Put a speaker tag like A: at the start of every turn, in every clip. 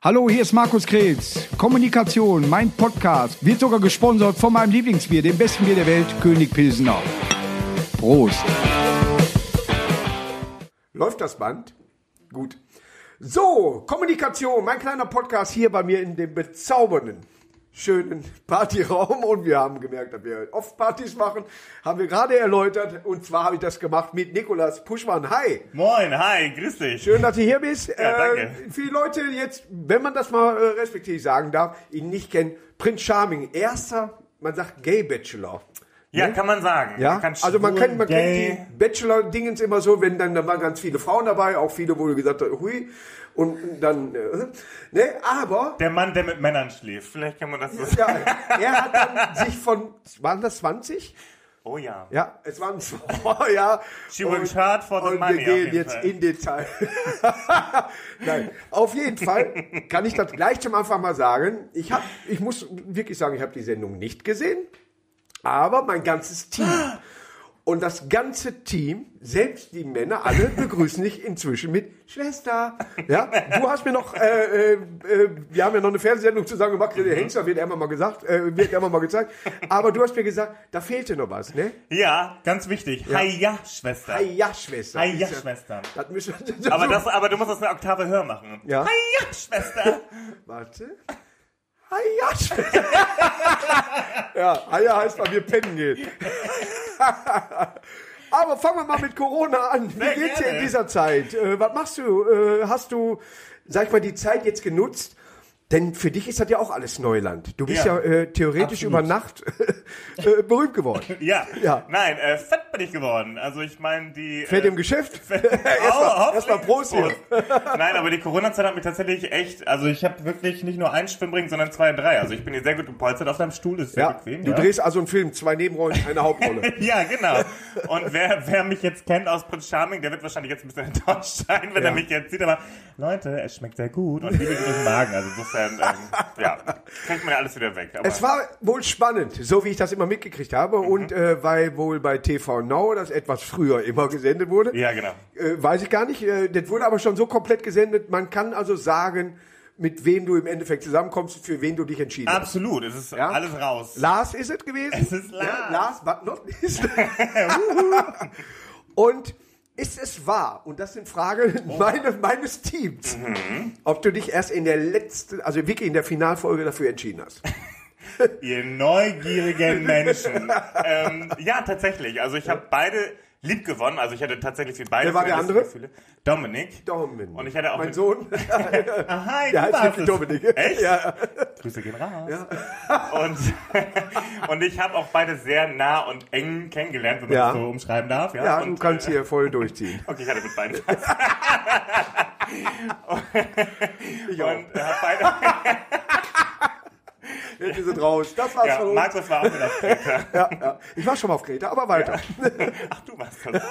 A: Hallo, hier ist Markus Kretz. Kommunikation, mein Podcast, wird sogar gesponsert von meinem Lieblingsbier, dem besten Bier der Welt, König Pilsener. Prost.
B: Läuft das Band? Gut. So, Kommunikation, mein kleiner Podcast hier bei mir in dem bezaubernden, schönen Partyraum. Und wir haben gemerkt, dass wir oft Partys machen. Haben wir gerade erläutert. Und zwar habe ich das gemacht mit Nikolas Puschmann. Hi.
C: Moin, hi, grüß dich.
B: Schön, dass du hier bist.
C: Ja,
B: Äh,
C: danke.
B: für die Leute jetzt, wenn man das mal äh, respektiv sagen darf, ihn nicht kennen, Prince Charming, erster, man sagt Gay Bachelor.
C: Ja, kann man sagen.
B: ne? Ja,
C: Man kann
B: also man
C: schwul,
B: kennt, man
C: gay.
B: kennt die Bachelor-Dingens immer so, wenn dann, da waren ganz viele Frauen dabei, auch viele, wo gesagt haben, hui, und dann, äh, ne, aber,
C: Der Mann, der mit Männern schläft. Vielleicht kann man das so
B: ja, er hat dann sich von, waren das 20?
C: Oh ja.
B: Ja, es waren zwei, ja.
C: She works hard for the
B: und
C: money, auf
B: wir gehen
C: jeden
B: jetzt
C: Fall.
B: in Detail. Nein, auf jeden Fall kann ich das gleich zum Anfang mal sagen. Ich, hab, ich muss wirklich sagen, ich habe die Sendung nicht gesehen, aber mein ganzes Team. Und das ganze Team, selbst die Männer, alle begrüßen dich inzwischen mit Schwester. Ja, du hast mir noch, äh, äh, äh, wir haben ja noch eine Fernsehsendung zusammen gemacht,
C: Mhm.
B: der Hengster wird immer mal gesagt, äh, wird immer mal gezeigt. Aber du hast mir gesagt, da fehlte noch was, ne?
C: Ja, ganz wichtig. Ja. Hiya, Schwester.
B: Ei, ja, Schwester.
C: Hiya,
B: Ist ja-
C: Ah Schwester.
B: Das müssen
C: Aber, das, aber du musst das eine Oktave höher machen.
B: Ja.
C: Hiya, Schwester.
B: Warte. Haja, Schwester. ja, Haja heißt bei mir pennen geht. Aber fangen wir mal mit Corona an. Wie
C: Sehr
B: geht's dir
C: gerne.
B: in dieser Zeit? Äh, was machst du? Äh, hast du, sag ich mal, die Zeit jetzt genutzt? Denn für dich ist das ja auch alles Neuland. Du bist ja,
C: Ja.
B: äh, theoretisch über Nacht äh, berühmt geworden.
C: Ja.
B: Ja.
C: Nein, äh, fett bin ich geworden. Also ich meine, die...
B: Fährt
C: äh,
B: im Geschäft.
C: Au,
B: Erstmal erstmal Prost hier.
C: Nein, aber die Corona-Zeit hat mich tatsächlich echt, also ich habe wirklich nicht nur einen Schwimmring, sondern zwei, drei. Also ich bin hier sehr gut gepolstert auf deinem Stuhl, ist sehr
B: Ja,
C: bequem.
B: du
C: ja.
B: drehst also einen Film, zwei Nebenrollen, eine Hauptrolle.
C: Ja, genau. Und wer, wer mich jetzt kennt aus Prince Charming, der wird wahrscheinlich jetzt ein bisschen enttäuscht sein, wenn
B: Ja.
C: er mich jetzt sieht. Aber Leute, es schmeckt sehr gut und liebe geht durch den Magen. Also insofern, ähm, ja, kriegt man ja alles wieder weg. Aber
B: Es war wohl spannend, so wie ich das immer mitgekriegt habe.
C: Mhm.
B: Und äh, weil wohl bei TV Now das etwas früher immer gesendet wurde,
C: ja, genau.
B: äh, weiß ich gar nicht. Äh, das wurde aber schon so komplett gesendet. Man kann also sagen, mit wem du im Endeffekt zusammenkommst, für wen du dich entschieden hast.
C: Absolut, es ist
B: Ja?
C: alles raus.
B: Lars ist es gewesen.
C: Es ist Lars.
B: Ja, Lars, but not least. und ist es wahr? Und das sind Fragen
C: Oh.
B: meine, meines Teams.
C: Mhm.
B: Ob du dich erst in der letzten, also wirklich in der Finalfolge dafür entschieden hast.
C: Ihr neugierigen Menschen. ähm, ja, tatsächlich. Also ich habe beide lieb gewonnen. Also ich hatte tatsächlich für beide
B: Wer war der andere?
C: Gefühle. Dominik.
B: Daumen.
C: Und ich hatte auch
B: mein
C: mit-
B: Sohn.
C: Aha,
B: Der
C: du
B: heißt
C: warst
B: wirklich
C: es.
B: Dominik.
C: Echt?
B: Ja.
C: Grüße gehen raus. Und, und ich habe auch beide sehr nah und eng kennengelernt, wenn man
B: Ja.
C: das so umschreiben darf. Ja,
B: Ja,
C: und, äh,
B: du kannst hier voll durchziehen.
C: Okay, ich hatte mit beiden.
B: Ich auch.
C: Und äh, hab beide,
B: Jetzt sind raus. Das war's
C: ja,
B: von uns.
C: Markus war auch mit auf Kreta.
B: ja, ja. Ich war schon mal auf Kreta, aber weiter.
C: Ach, du warst das.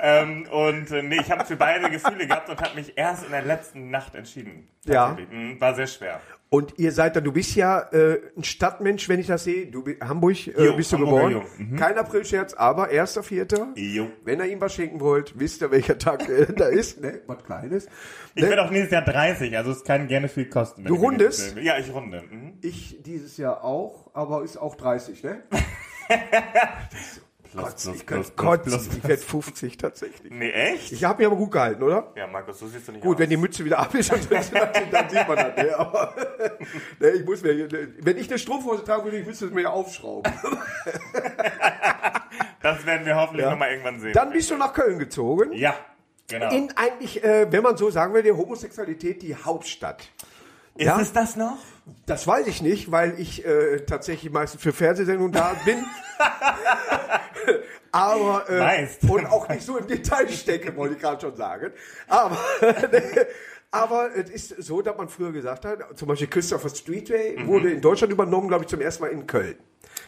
C: ähm, und äh, nee, ich habe für beide Gefühle gehabt und habe mich erst in der letzten Nacht entschieden.
B: Ja.
C: Tatsächlich. Mhm, War sehr schwer.
B: Und ihr seid dann, du bist ja äh, ein Stadtmensch, wenn ich das sehe. Du bist Hamburg, äh,
C: Jo,
B: bist du
C: Hamburger
B: geboren.
C: Jung.
B: Kein Aprilscherz, aber erster Vierter.
C: Jo.
B: Wenn ihr ihm was schenken wollt, wisst ihr, welcher Tag äh, da ist. Ne? Was Kleines.
C: Ich werde auch nächstes Jahr 30, also es kann gerne viel kosten. wenn
B: Ne? Du
C: ich mir
B: rundest?
C: das nehme. Ja, ich runde. Mhm.
B: Ich dieses Jahr auch, aber ist auch 30, ne? Gott,
C: plus,
B: ich kann
C: plus, plus, plus,
B: kotzen. Ich werde 50 tatsächlich.
C: Nee, echt?
B: Ich habe mich aber gut gehalten, oder?
C: Ja, Markus, so siehst du nicht
B: Gut,
C: aus.
B: wenn die Mütze wieder ab ist, dann, dann sieht man das. Ne? Aber, ne, ich muss mir, wenn ich eine Strumpfhose tragen würde, ich müsste es mir ja aufschrauben.
C: Das werden wir hoffentlich
B: Ja.
C: nochmal irgendwann sehen.
B: Dann bist du nach Köln gezogen.
C: ja, genau.
B: In eigentlich, äh, wenn man so sagen will, die Homosexualität die Hauptstadt.
C: Ist
B: ja?
C: es das noch?
B: Das weiß ich nicht, weil ich äh, tatsächlich meistens für Fernsehsendungen da bin. Aber äh,
C: Meist.
B: und auch nicht so im Detail stecke, wollte ich gerade schon sagen. Aber, aber es ist so, dass man früher gesagt hat, zum Beispiel Christopher Streetway wurde in Deutschland übernommen, glaube ich, zum ersten Mal in Köln.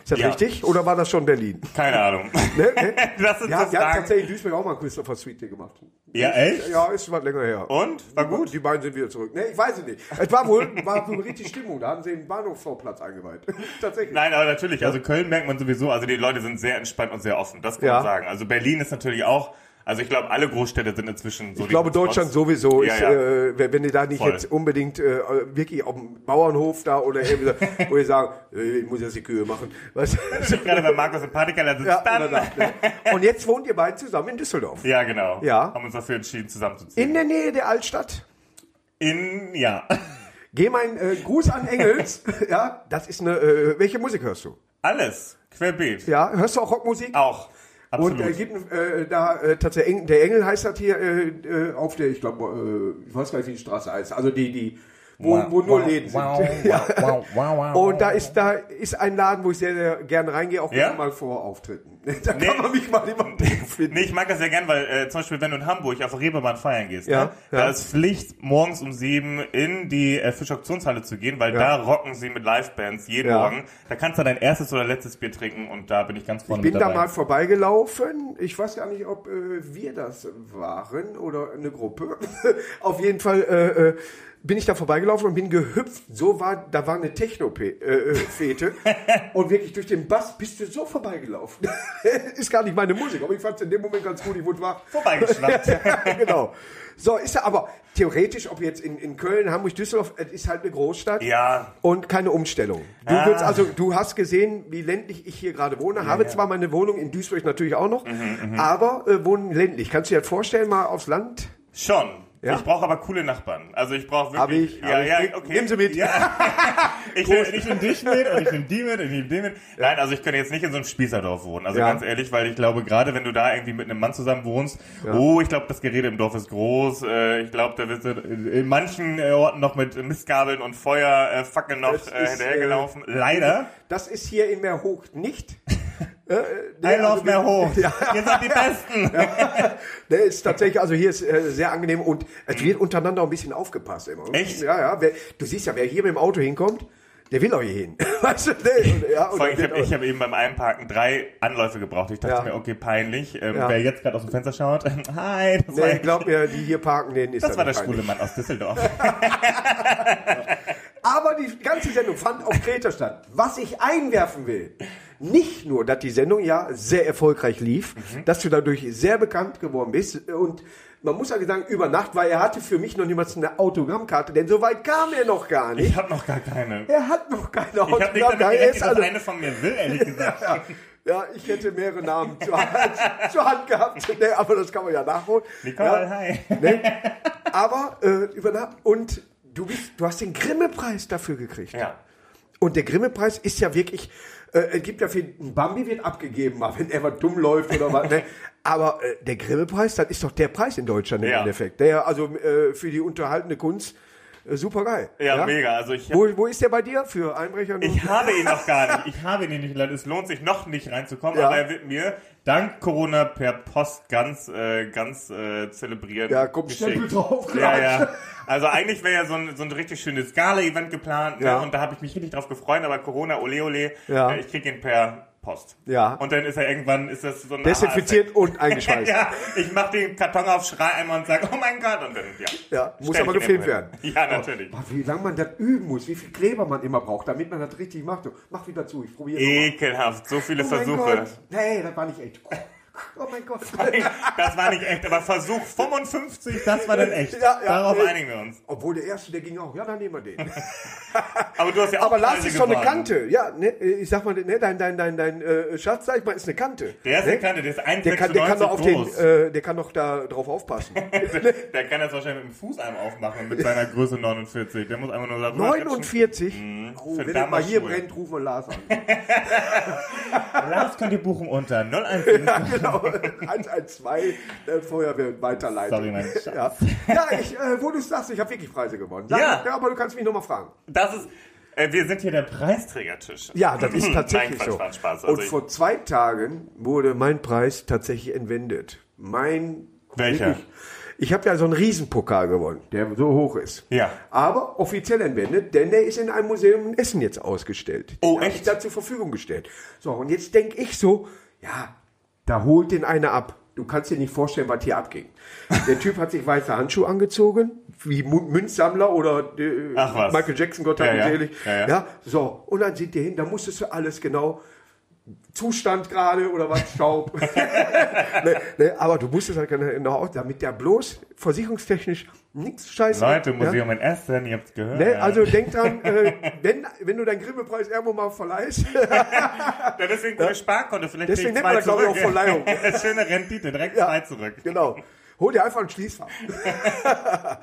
B: Ist das
C: Mhm. Ja.
B: richtig? Oder war das schon Berlin?
C: Keine Ahnung.
B: Ne? Ne?
C: Das ist
B: Ja,
C: das
B: wir haben
C: Sagen.
B: tatsächlich in Duisburg auch mal Christopher Streetway gemacht.
C: Ja, echt?
B: Ja, ist was länger her.
C: Und? War gut?
B: Die beiden sind wieder zurück. Ne, ich weiß es nicht. Es war wohl, war wohl richtig Stimmung. Da haben sie den Bahnhofsvorplatz eingeweiht. Tatsächlich.
C: Nein, aber natürlich. Also Köln merkt man sowieso. Also die Leute sind sehr entspannt und sehr offen. Das kann
B: Ja.
C: man sagen. Also Berlin ist natürlich auch Also ich glaube, alle Großstädte sind inzwischen so.
B: Ich glaube, Deutschland sowieso
C: Ja,
B: ist,
C: ja.
B: Äh, wenn wenn ihr da nicht
C: Voll.
B: jetzt unbedingt äh, wirklich auf dem Bauernhof da oder irgendwie, so, wo ihr sagt, äh, ich muss jetzt die Kühe machen. Was?
C: Gerade bei Markus und Partikeller sitzt
B: ja, oder
C: dann.
B: das, ne? Und jetzt wohnt ihr beide zusammen in Düsseldorf.
C: Ja, genau.
B: Ja.
C: Haben uns dafür entschieden, zusammenzuziehen.
B: In der Nähe der Altstadt.
C: In, ja.
B: Geh mein äh, Gruß an Engels. ja, das ist eine. Äh, welche Musik hörst du?
C: Alles. Querbeet.
B: Ja, hörst du auch Rockmusik?
C: Auch. Absolut.
B: Und äh, gibt äh, da äh, tatsächlich Eng- der Engel heißt das hier äh, äh, auf der, ich glaube, äh, ich weiß gar nicht, wie die Straße heißt. Also die, die, wo, wo nur Läden sind. ja. Und da ist, da ist ein Laden, wo ich sehr, sehr gerne reingehe, auch
C: Ja?
B: gerne mal vor Auftritten. Da
C: Nee.
B: kann man mich mal immer finden.
C: Nee, ich mag das sehr gern, weil äh, zum Beispiel, wenn du in Hamburg auf der Reeperbahn feiern gehst,
B: Ja,
C: ne,
B: ja.
C: da ist Pflicht, morgens um sieben in die äh, Fischaktionshalle zu gehen, weil da rocken sie mit Livebands jeden
B: Ja.
C: Morgen. Da kannst du dein erstes oder letztes Bier trinken und da bin ich ganz vorne
B: Ich bin
C: mit
B: da
C: dabei.
B: mal vorbeigelaufen. Ich weiß gar nicht, ob äh, wir das waren oder eine Gruppe. Auf jeden Fall äh, äh, bin ich da vorbeigelaufen und bin gehüpft. So war, da war eine Techno-Fete. Äh, Fete. und wirklich durch den Bass bist du so vorbeigelaufen. ist gar nicht meine Musik, aber ich fand es in dem Moment ganz gut. Ich wurde wach.
C: Vorbeigeschnappt.
B: genau. So, ist ja aber theoretisch, ob jetzt in, in Köln, Hamburg, Düsseldorf, es ist halt eine Großstadt
C: ja,
B: und keine Umstellung. Du
C: Ah.
B: willst also, du hast gesehen, wie ländlich ich hier gerade wohne. Habe zwar meine Wohnung in Duisburg natürlich auch noch,
C: Mhm,
B: aber äh, wohnen ländlich. Kannst du dir das vorstellen, mal aufs Land?
C: schon.
B: Ja.
C: Ich brauche aber coole Nachbarn. Also ich brauche wirklich...
B: Hab ich,
C: Ja,
B: hab ich.
C: ja,
B: Nimm-
C: okay.
B: nimm sie mit.
C: Ja. ich, nehm, ich nehm dich mit und ich nehm die mit und ich nehm die mit. Nein, also ich könnte jetzt nicht in so einem Spießerdorf wohnen. Also
B: Ja.
C: ganz ehrlich, weil ich glaube, gerade wenn du da irgendwie mit einem Mann zusammen wohnst, oh, ich glaube, das Gerede im Dorf ist groß. äh, Ich glaube, da wirst du in manchen äh, Orten noch mit Mistgabeln und Feuer, äh, Fackeln noch
B: Das
C: äh,
B: ist,
C: hinterhergelaufen. Leider.
B: Das ist hier in Meerhoch nicht.
C: I love
B: also wir-
C: mehr hoch. Ihr seid die Besten.
B: Der ist tatsächlich, also hier ist äh, sehr angenehm und es wird untereinander auch ein bisschen aufgepasst immer.
C: Echt?
B: Ja, ja. Wer, du siehst ja, wer hier mit dem Auto hinkommt, der will auch hier hin. Weißt du? Der, ja, und
C: Vor
B: dann
C: allem, ich
B: wird
C: habe
B: auch-
C: ich hab eben beim Einparken drei Anläufe gebraucht. Ich dachte
B: Ja.
C: mir, okay, peinlich. Ähm,
B: Ja.
C: Wer jetzt gerade aus dem Fenster schaut, hi, das war,
B: Nee, glaub mir, die hier parken, denen ist
C: das war der
B: nicht peinlich.
C: schwule Mann aus Düsseldorf.
B: Aber die ganze Sendung fand auf Kreta statt. Was ich einwerfen will, nicht nur, dass die Sendung ja sehr erfolgreich lief,
C: Mhm.
B: dass du dadurch sehr bekannt geworden bist und man muss ja sagen, über Nacht, weil er hatte für mich noch niemals eine Autogrammkarte, denn so weit kam er noch gar nicht.
C: Ich habe noch gar keine.
B: Er hat noch keine
C: Ich habe nicht damit
B: Autogrammkarte. Er
C: gerechnet,
B: ist
C: dass
B: alle,
C: eine von mir will, ehrlich gesagt.
B: ja, ich hätte mehrere Namen zur Hand, zur Hand gehabt, nee, aber das kann man ja nachholen.
C: Nicole,
B: ja.
C: hi.
B: Ne? Aber äh, über Nacht und du, bist, du hast den Grimme-Preis dafür gekriegt.
C: Ja.
B: Und der Grimme-Preis ist ja wirklich, äh, es gibt ja viel, ein Bambi wird abgegeben, mal wenn er was dumm läuft oder was. Ne? Aber äh, der Grimme-Preis, das ist doch der Preis in Deutschland im
C: Ja.
B: Endeffekt. Der also äh, für die unterhaltende Kunst äh, super geil.
C: Ja, mega. Also ich,
B: Wo, wo ist der bei dir für Einbrecher?
C: ich habe ihn noch gar nicht. Ich habe ihn nicht. Es lohnt sich noch nicht reinzukommen,
B: Ja.
C: aber er wird mir dank Corona per Post ganz, äh, ganz äh, zelebrieren.
B: ja, komm,
C: geschickt.
B: Stempel drauf.
C: Ja, ja. Also eigentlich wäre ja so ein, so ein richtig schönes Gala-Event geplant
B: Ja.
C: ne? und da habe ich mich richtig drauf gefreut, aber Corona, ole ole,
B: Ja.
C: äh, ich krieg ihn per Post.
B: Ja.
C: Und dann ist er irgendwann, ist das so ein
B: Desinfiziert und eingeschweißt.
C: Ja, ich mach den Karton auf, schrei einmal und sag, oh mein Gott, und dann, ja.
B: Ja, muss
C: Stell
B: aber
C: ich ihn
B: gefilmt Oh.
C: irgendwo hin. Ja, natürlich.
B: Boah, wie lange man das üben muss, wie viel Kleber man immer braucht, damit man das richtig macht. Mach wieder zu, ich probiere nochmal.
C: Ekelhaft, so viele
B: Oh mein
C: Versuche.
B: Gott. Nee, das war nicht echt. Oh mein Gott.
C: Das war nicht echt, aber Versuch 55, das war dann echt.
B: Ja, ja.
C: Darauf
B: Nee.
C: einigen wir uns.
B: Obwohl der erste, der ging auch. Ja, dann nehmen wir den.
C: Aber du hast ja auch
B: Aber Lars
C: Preise
B: ist doch eine
C: gewonnen.
B: Kante. Ja, ne, ich sag mal, ne, dein, dein, dein, dein äh, Schatz, sag ich mal, ist eine Kante.
C: Der ist
B: ne?
C: eine Kante, der ist 1,96
B: Der kann, der kann doch auf den,
C: groß.
B: äh, der kann doch da drauf aufpassen.
C: Der kann das wahrscheinlich mit dem Fuß einmal aufmachen, mit seiner Größe 49. Der muss einfach nur darüber. klatschen.
B: 49.
C: Mhm.
B: Oh, wenn der mal hier
C: Schuhe.
B: brennt, rufen wir Lars an.
C: Lars könnt ihr buchen unter 015.
B: Ja, genau. 112 äh, Feuerwehr weiterleiten.
C: Sorry, mein Schatz.
B: ja. ja, ich, äh, wo du es sagst, ich habe wirklich Preise gewonnen. Sag,
C: Ja.
B: ja, aber du kannst mich nochmal fragen.
C: Das ist. Äh, wir sind hier der Preisträgertisch.
B: Ja, das ist
C: Nein,
B: tatsächlich
C: Quatsch,
B: so.
C: Spaß, Spaß.
B: und
C: Also
B: vor zwei Tagen wurde mein Preis tatsächlich entwendet. Mein
C: Welcher?
B: wirklich- Ich habe ja so einen Riesenpokal gewonnen, der so hoch ist.
C: Ja.
B: Aber offiziell entwendet, denn der ist in einem Museum in Essen jetzt ausgestellt. Den
C: Oh,
B: hab Ich
C: echt?
B: da zur Verfügung gestellt. So, und jetzt denk ich so, ja, da holt den einer ab. Du kannst dir nicht vorstellen, was hier abging. Der Typ hat sich weiße Handschuhe angezogen, wie Mu- Münzsammler oder äh,
C: Ach was.
B: Michael Jackson, Gott hab
C: Ja,
B: ihn
C: ja.
B: selig.
C: Ja, ja.
B: ja, so, und dann sind die hin, da musstest du alles genau Zustand gerade oder was, Staub. nee, nee, aber du musstest halt genau, damit der bloß versicherungstechnisch nichts scheiße.
C: Leute, Museum in Essen, ihr habt's gehört.
B: Ne, also denk dran, äh, wenn, wenn du deinen Grimme-Preis irgendwo mal verleihst,
C: Ja, deswegen gute Sparkonto, vielleicht
B: Deswegen
C: krieg ich
B: nennt man
C: zwei
B: das, glaub ich,
C: zurück.
B: auch Verleihung.
C: Schöne Rendite, direkt
B: Ja.
C: zwei zurück.
B: genau, hol dir einfach ein Schließfach.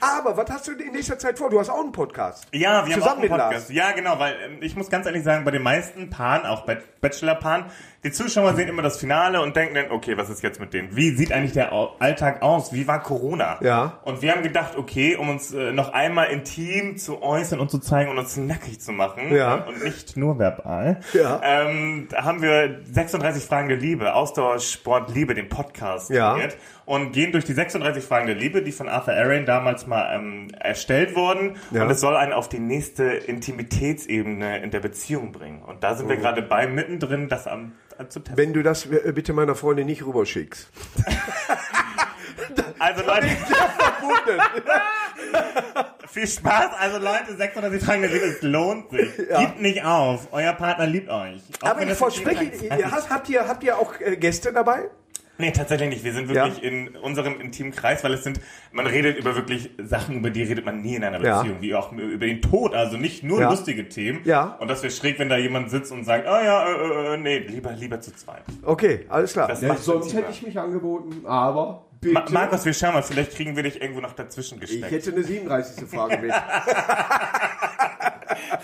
B: aber was hast du in nächster Zeit vor? Du hast auch einen Podcast.
C: Ja, wir
B: Zusammen
C: haben auch einen
B: mit Lars.
C: Podcast. Ja, genau, weil ähm, ich muss ganz ehrlich sagen, bei den meisten Paaren, auch bei Bachelor-Paaren, die Zuschauer sehen immer das Finale und denken dann, okay, was ist jetzt mit denen? Wie sieht eigentlich der Au- Alltag aus? Wie war Corona?
B: Ja.
C: Und wir haben gedacht, okay, um uns äh, noch einmal intim zu äußern und zu zeigen und uns nackig zu machen
B: Ja.
C: ähm, und nicht nur verbal,
B: Ja.
C: ähm, da haben wir 36 Fragen der Liebe, Ausdauer, Sport, Liebe, den Podcast
B: Ja.
C: kreiert. und gehen durch die 36 Fragen der Liebe, die von Arthur Aaron damals mal ähm, erstellt wurden.
B: Ja.
C: Und es soll einen auf die nächste Intimitätsebene in der Beziehung bringen. Und da
B: Oh.
C: sind wir gerade bei, mittendrin, das am, zu testen.
B: Wenn du das äh, bitte meiner Freundin nicht rüberschickst.
C: Also Leute,
B: Verboten.
C: viel Spaß. Also Leute, 36 Fragen der Liebe, es lohnt sich. Gebt nicht auf. Euer Partner liebt euch. Auch
B: aber
C: wenn
B: ich
C: das nicht
B: verspreche,
C: jeder
B: ihr, hast, habt, ihr, habt ihr auch äh, Gäste dabei?
C: Nee, tatsächlich nicht. Wir sind
B: Ja.
C: wirklich in unserem intimen Kreis, weil es sind, man redet über wirklich Sachen, über die redet man nie in einer
B: Ja.
C: Beziehung, wie auch über den Tod, also nicht nur
B: Ja.
C: lustige Themen.
B: Ja.
C: Und das wäre schräg, wenn da jemand sitzt und sagt, ah ja, äh, äh, äh, nee, lieber, lieber zu zweit.
B: Okay, alles klar.
C: Das macht sonst hätte ich
A: mich angeboten, aber
C: Ma Markus, wir schauen mal, vielleicht kriegen wir dich irgendwo noch dazwischen
B: Ich
C: gesteckt.
B: hätte eine 37. Frage mit.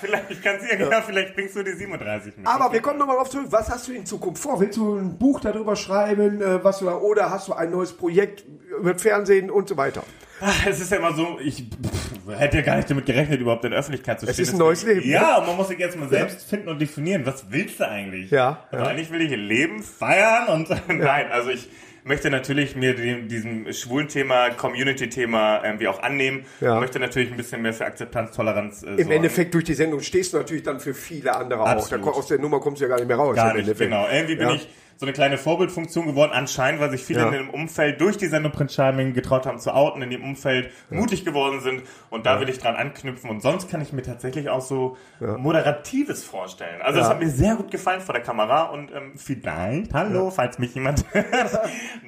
C: vielleicht kannst du ja, genau, vielleicht bringst du die 37 mit.
B: Aber wir kommen nochmal auf zurück. Was hast du in Zukunft vor? Willst du ein Buch darüber schreiben? äh, Was du da, oder hast du ein neues Projekt über Fernsehen und so weiter?
C: Ach, Es ist ja immer so, ich pff, hätte ja gar nicht damit gerechnet, überhaupt in der Öffentlichkeit zu stehen.
B: ist ein neues Leben, ne?
C: Ja, und man muss sich jetzt mal selbst finden und definieren, was willst du eigentlich?
B: Ja,
C: Also
B: ja.
C: eigentlich will ich leben, feiern und nein, also ich möchte natürlich mir dem, diesem schwulen Thema, Community-Thema irgendwie auch annehmen.
B: Ja.
C: möchte natürlich ein bisschen mehr für Akzeptanz, Toleranz äh,
B: Im Endeffekt durch die Sendung stehst du natürlich dann für viele andere auch. Da,
C: Absolut.
B: ko- aus der Nummer kommst du ja gar nicht mehr raus.
C: Gar
B: im
C: nicht,
B: Endeffekt.
C: genau. Irgendwie bin
B: Ja.
C: ich so eine kleine Vorbildfunktion geworden, anscheinend, weil sich viele
B: Ja.
C: in dem Umfeld durch die Sendung Prinz Charming getraut haben zu outen, in dem Umfeld mutig geworden sind und da will ich dran anknüpfen und sonst kann ich mir tatsächlich auch so Moderatives vorstellen. Also das
B: Ja.
C: hat mir sehr gut gefallen vor der Kamera und ähm, vielleicht, hallo, falls mich jemand hört,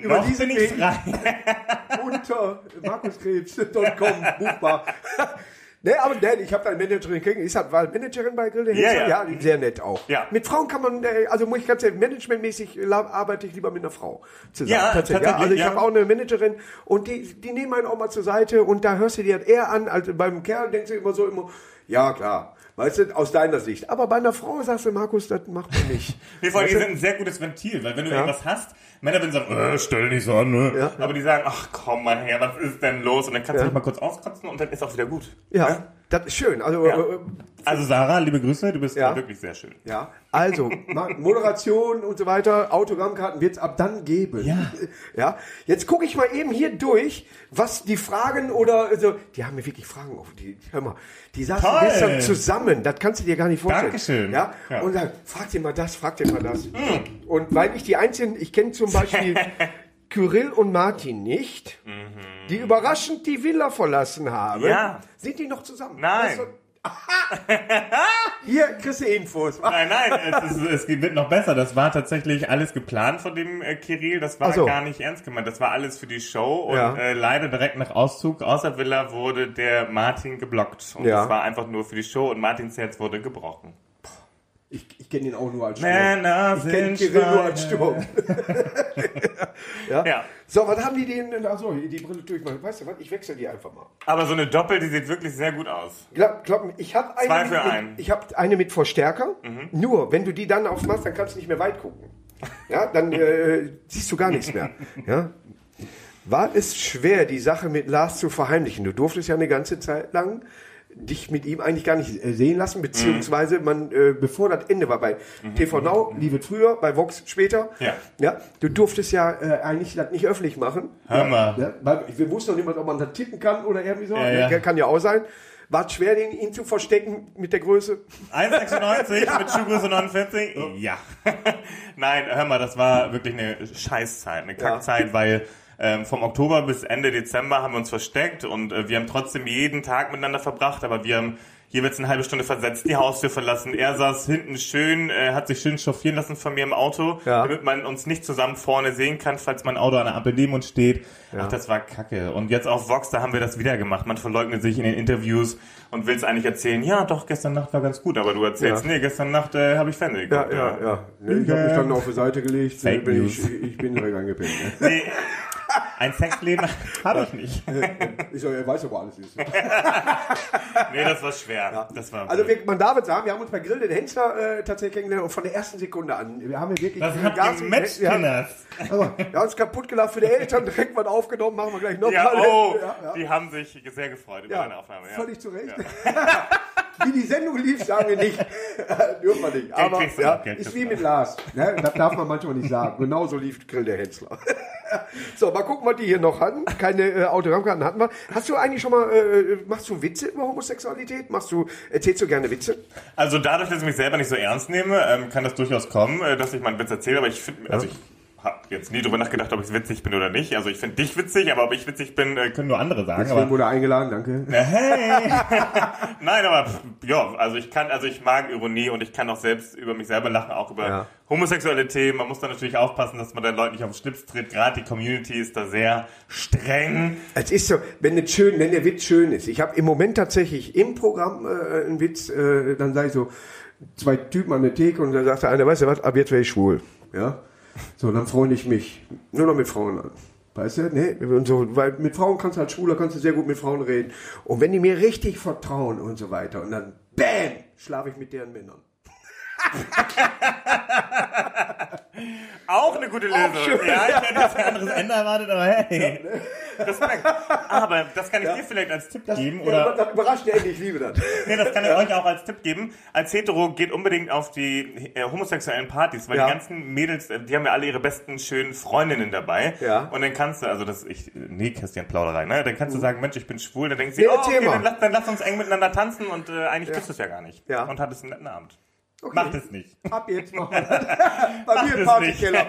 B: Über
C: noch
B: diesen
C: bin ich
B: Weg.
C: frei.
B: unter markuskrebs.com buchbar. Nee, aber nein, ich habe da eine Managerin gekriegt. Ist halt, war Managerin bei Grill der
C: Ja,
B: Hitze?
C: ja.
B: sehr nett auch.
C: Ja.
B: Mit Frauen kann man, äh, also muss ich ganz ehrlich, managementmäßig la- arbeite ich lieber mit einer Frau zusammen.
C: Ja,
B: Ja,
C: tatsächlich,
B: also ich
C: ja.
B: habe auch eine Managerin und die, die nehmen einen auch mal zur Seite und da hörst du dir halt eher an, als beim Kerl denkst du immer so immer, ja klar, weißt du, aus deiner Sicht. Aber bei einer Frau sagst du, Markus, das macht man nicht.
C: Wir vor allem, die sind ein sehr gutes Ventil, weil wenn du irgendwas hast, Männer würden sagen, äh, stell nicht so an, ne?
B: Ja.
C: aber die sagen, ach komm mal her, was ist denn los? Und dann kannst du
B: Ja.
C: dich mal kurz auskotzen und dann ist auch wieder gut.
B: ja, das ist schön. Also
C: Ja.
B: äh,
C: Also Sarah, liebe Grüße, du bist
B: Ja.
C: wirklich sehr schön.
B: Ja, also Ma- Moderation und so weiter, Autogrammkarten wird es ab dann geben.
C: Ja.
B: ja. Jetzt gucke ich mal eben hier durch, was die Fragen oder also, die haben mir wirklich Fragen auf die hör mal, die saßen
C: Toll.
B: gestern zusammen, das kannst du dir gar nicht vorstellen.
C: Dankeschön.
B: Ja,
C: Ja. Hm.
B: und sagen, frag dir mal das, frag dir mal das. Und weil ich die einzelnen, ich kenne zum Beispiel Kyrill und Martin nicht, die überraschend die Villa verlassen haben,
C: Mhm. Ja.
B: sind die noch zusammen?
C: Nein.
B: Das- Hier kriegst du Infos.
C: Nein, nein, es, ist, es wird noch besser. Das war tatsächlich alles geplant von dem äh, Kirill. Das war
B: Ach so.
C: gar nicht ernst gemeint. Das war alles für die Show. Und
B: Ja.
C: äh, leider direkt nach Auszug außer Villa wurde der Martin geblockt. Und
B: Ja.
C: das war einfach nur für die Show. Und Martins Herz wurde gebrochen.
B: Ich, ich kenne ihn auch nur als Sturm.
C: Männer
B: Ich kenne
C: sind
B: Kirill nur als
C: Schweine.
B: Sturm. ja?
C: Ja.
B: So, was haben die denn? denn- Achso, die Brille durchmachen. Weißt du was? Ich wechsle die einfach mal.
C: Aber so eine Doppel, die sieht wirklich sehr gut aus.
B: Glaub, glaub mir, ich habe eine,
C: Zwei
B: mit-
C: für einen. Mhm.
B: mit- ich hab eine mit Verstärker. Nur, wenn du die dann aufmachst, dann kannst du nicht mehr weit gucken. Ja, dann äh, siehst du gar nichts mehr. Ja? War es schwer, die Sache mit Lars zu verheimlichen? Du durftest ja eine ganze Zeit lang dich mit ihm eigentlich gar nicht äh, sehen lassen, beziehungsweise man, äh, bevor das Ende war, bei TV Now, Liebe früher, bei Vox später,
C: Mhm. Ja.
B: ja du durftest ja äh, eigentlich das nicht öffentlich machen.
C: Hör mal.
B: Ja, Ne? weil wir wussten noch niemand, ob man da tippen kann oder irgendwie so.
C: Ja, ja.
B: Ja, Kann ja auch sein. War es schwer, den, ihn zu verstecken mit der Größe?
C: 1,96 mit Schuhgröße 49? Ja. Nein, hör mal, das war wirklich eine Scheißzeit, eine Kackzeit, weil Ähm, vom Oktober bis Ende Dezember haben wir uns versteckt und äh, wir haben trotzdem jeden Tag miteinander verbracht, aber wir haben jeweils eine halbe Stunde versetzt die Haustür verlassen. Er saß hinten schön, äh, hat sich schön chauffieren lassen von mir im Auto,
B: Ja.
C: damit man uns nicht zusammen vorne sehen kann, falls mein Auto an der Ampel neben uns steht. Ach, das war kacke. Und jetzt auf Vox, da haben wir das wieder gemacht. Man verleugnet sich in den Interviews und will es eigentlich erzählen. Ja, doch, gestern Nacht war ganz gut, aber du erzählst,
B: Ja.
C: nee, gestern Nacht äh, habe ich Fernsehen
B: Ja,
C: geguckt.
B: ja, ja. Nee, ich habe mich dann auf die Seite gelegt,
C: Fake
B: bin
C: News.
B: ich, ich bin direkt angepinnt. Ne?
C: Nee, ein Sexleben habe ich nicht.
B: Ich so, er weiß aber alles. Ist.
C: Nee, das war schwer. Das war
B: Also wir, man darf jetzt sagen, wir haben uns bei Grill den Hensler äh, tatsächlich kennengelernt und von der ersten Sekunde an, wir haben ja wirklich
C: das
B: wir
C: hat
B: Gas-
C: gematcht,
B: wir, haben,
C: Kinder.
B: wir haben uns kaputt gelacht für die Eltern, direkt was aufgenommen, machen wir gleich nochmal.
C: Ja, oh,
B: ja, ja.
C: die haben sich sehr gefreut über deine Aufnahme. Ja.
B: Völlig zu Recht. Wie die Sendung lief, sagen wir nicht. Dürfen wir nicht. Aber
C: kriegst du
B: ja,
C: noch, Geld
B: ist
C: kriegst
B: wie
C: du
B: mit Lars. Ne? Das darf man manchmal nicht sagen. Genauso lief Grill der Hensler. so, mal gucken, was die hier noch hatten. Keine äh, Autogrammkarten hatten wir. Hast du eigentlich schon mal, äh, machst du Witze über Homosexualität? Machst du, erzählst du gerne Witze?
C: Also dadurch, dass ich mich selber nicht so ernst nehme, ähm, kann das durchaus kommen, äh, dass ich meinen Witz erzähle, aber ich finde, also ich habe jetzt nie drüber nachgedacht, ob ich witzig bin oder nicht. Also ich finde dich witzig, aber ob ich witzig bin, äh, können nur andere sagen.
B: Deswegen
C: Aber,
B: wurde eingeladen, danke.
C: nein, aber pff, ja, also ich kann, also ich mag Ironie und ich kann auch selbst über mich selber lachen, auch über
B: Ja.
C: homosexuelle Themen. Man muss da natürlich aufpassen, dass man den Leuten nicht auf den Schlips tritt. Gerade die Community ist da sehr streng.
B: Es ist so, wenn, es schön, wenn der Witz schön ist. Ich habe im Moment tatsächlich im Programm äh, einen Witz, äh, dann sage ich so, zwei Typen an der Theke und dann sagt der eine, weißt du was, ab jetzt wäre ich schwul. Ja? So, dann freue ich mich nur noch mit Frauen an. Weißt du, ne? Und so, weil mit Frauen kannst du halt schwuler, kannst du sehr gut mit Frauen reden. Und wenn die mir richtig vertrauen und so weiter und dann BÄM, schlafe ich mit deren Männern.
C: Auch eine gute Lösung. ja, ich hätte jetzt ein anderes Ende erwartet, aber hey. Respekt. Aber das kann ich dir vielleicht als Tipp geben oder
B: das überrascht ja ich liebe das.
C: Nee, das kann ich euch auch als Tipp geben. Als Hetero geht unbedingt auf die äh, homosexuellen Partys, weil
B: Ja.
C: die ganzen Mädels, äh, die haben ja alle ihre besten schönen Freundinnen dabei.
B: Ja. Mhm.
C: Und dann kannst du, also das ich nee, Christian Plauderei, ne? Dann kannst du sagen, Mensch, ich bin schwul, dann denkst du,
B: Nee,
C: oh,
B: erzähl
C: okay,
B: mal.
C: dann, lass, dann lass uns eng miteinander tanzen und äh, eigentlich tust du es ja gar nicht.
B: Ja.
C: Und hattest einen netten Abend. Macht es nicht.
B: Ab jetzt machen wir das. Bei mir im
C: es nicht.
B: Partykeller.